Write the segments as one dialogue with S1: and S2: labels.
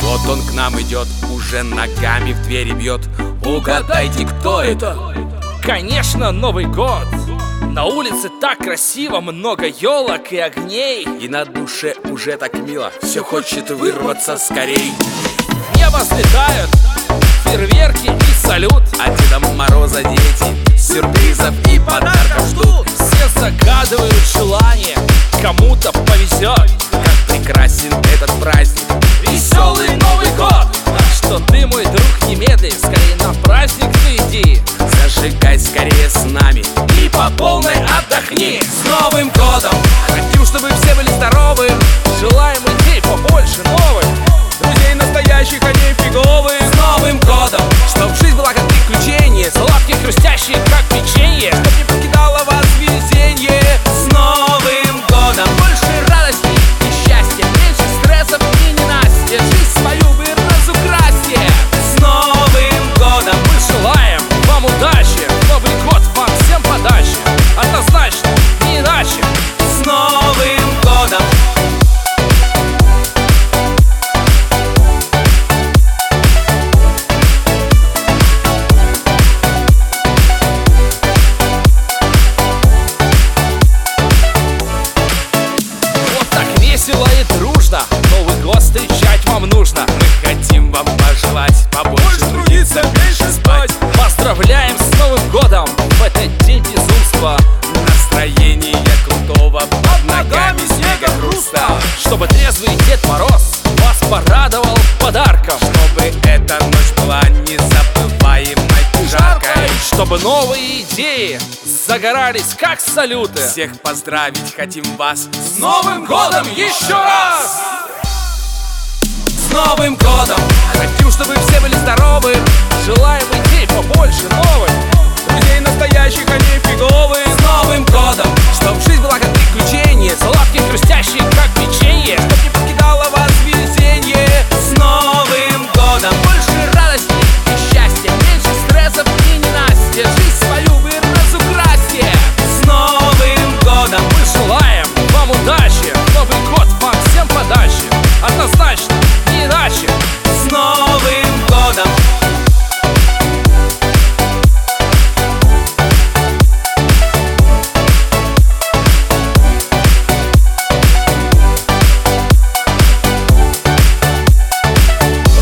S1: Вот он к нам идет, уже ногами в двери бьет Угадайте, кто это?
S2: Конечно, Новый год! На улице так красиво, много елок и огней
S1: И на душе уже так мило Все хочет вырваться скорей
S2: В небо взлетают фейерверки и салют
S1: А Деда Мороза дети сюрпризов и подарков ждут
S2: Все загадывают желание, кому-то повезет
S1: Как прекрасен этот праздник
S2: Веселый Новый год! Так что ты, мой друг, немедли, скорее на праздник ты иди
S1: Зажигай скорее с нами
S2: И по полной отдохни
S1: С Новым годом!
S2: Хотим, чтобы все были здоровы Желаем идей побольше новых Друзей настоящих, а не фиговых
S1: С Новым годом!
S2: Чтоб жизнь была как приключение Сладкие, хрустящие, как печенье Чтоб не покидало вас везение
S1: С Новым годом!
S2: Больше радости и счастья Меньше стрессов и ненастья Жизнь свою вы разукрасьте
S1: С Новым годом!
S2: Мы желаем вам удачи Новый год вам всем подачи Однозначно, не иначе
S1: С Новым годом!
S2: Вот так весело и дружно Новый год встречать вам нужно
S1: Мы хотим вам пожелать побольше трудиться, меньше спать
S2: Поздравляем с Новым годом В этот день безумства
S1: Настроение крутого Под ногами снега хруста
S2: Чтобы трезвый Дед Мороз Вас порадовал подарком
S1: Чтобы эта ночь была незабываемой и жаркой
S2: Чтобы новые идеи загорались как салюты
S1: Всех поздравить хотим вас С
S2: Новым годом еще раз!
S1: С Новым годом!
S2: Хотим, чтобы все были здоровы Желаем идей побольше новых Друзей настоящих, а не фиговых
S1: С Новым годом!
S2: Чтоб жизнь была как приключение Сладкие, хрустящие, как печенье Чтоб не покидало вас везение
S1: С Новым годом!
S2: Больше радости и счастья Меньше стрессов и ненастья Жизнь свою вы разукрасьте
S1: С Новым годом!
S2: Мы желаем вам удачи Новый год вам всем подачи Однозначно, не иначе
S1: С Новым годом!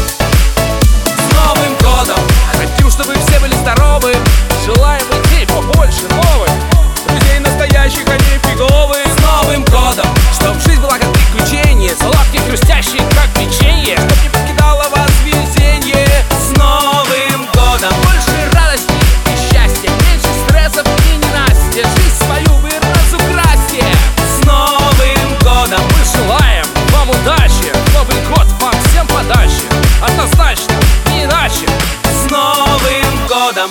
S1: С Новым годом!
S2: Хотим, чтобы все были здоровы Желаем идей побольше новых Друзей настоящих, а не фиговых
S1: С Новым годом!
S2: Чтоб жизнь была как приключение Сладкие, хрустящие, как печенье Чтоб не покидало вас везение
S1: С Новым годом!
S2: Больше радости и счастья Меньше стрессов и ненастья Жизнь свою вы разукрасьте
S1: С Новым годом!
S2: Мы желаем вам удачи Новый год вам всем подачи Однозначно, не иначе
S1: С Новым годом!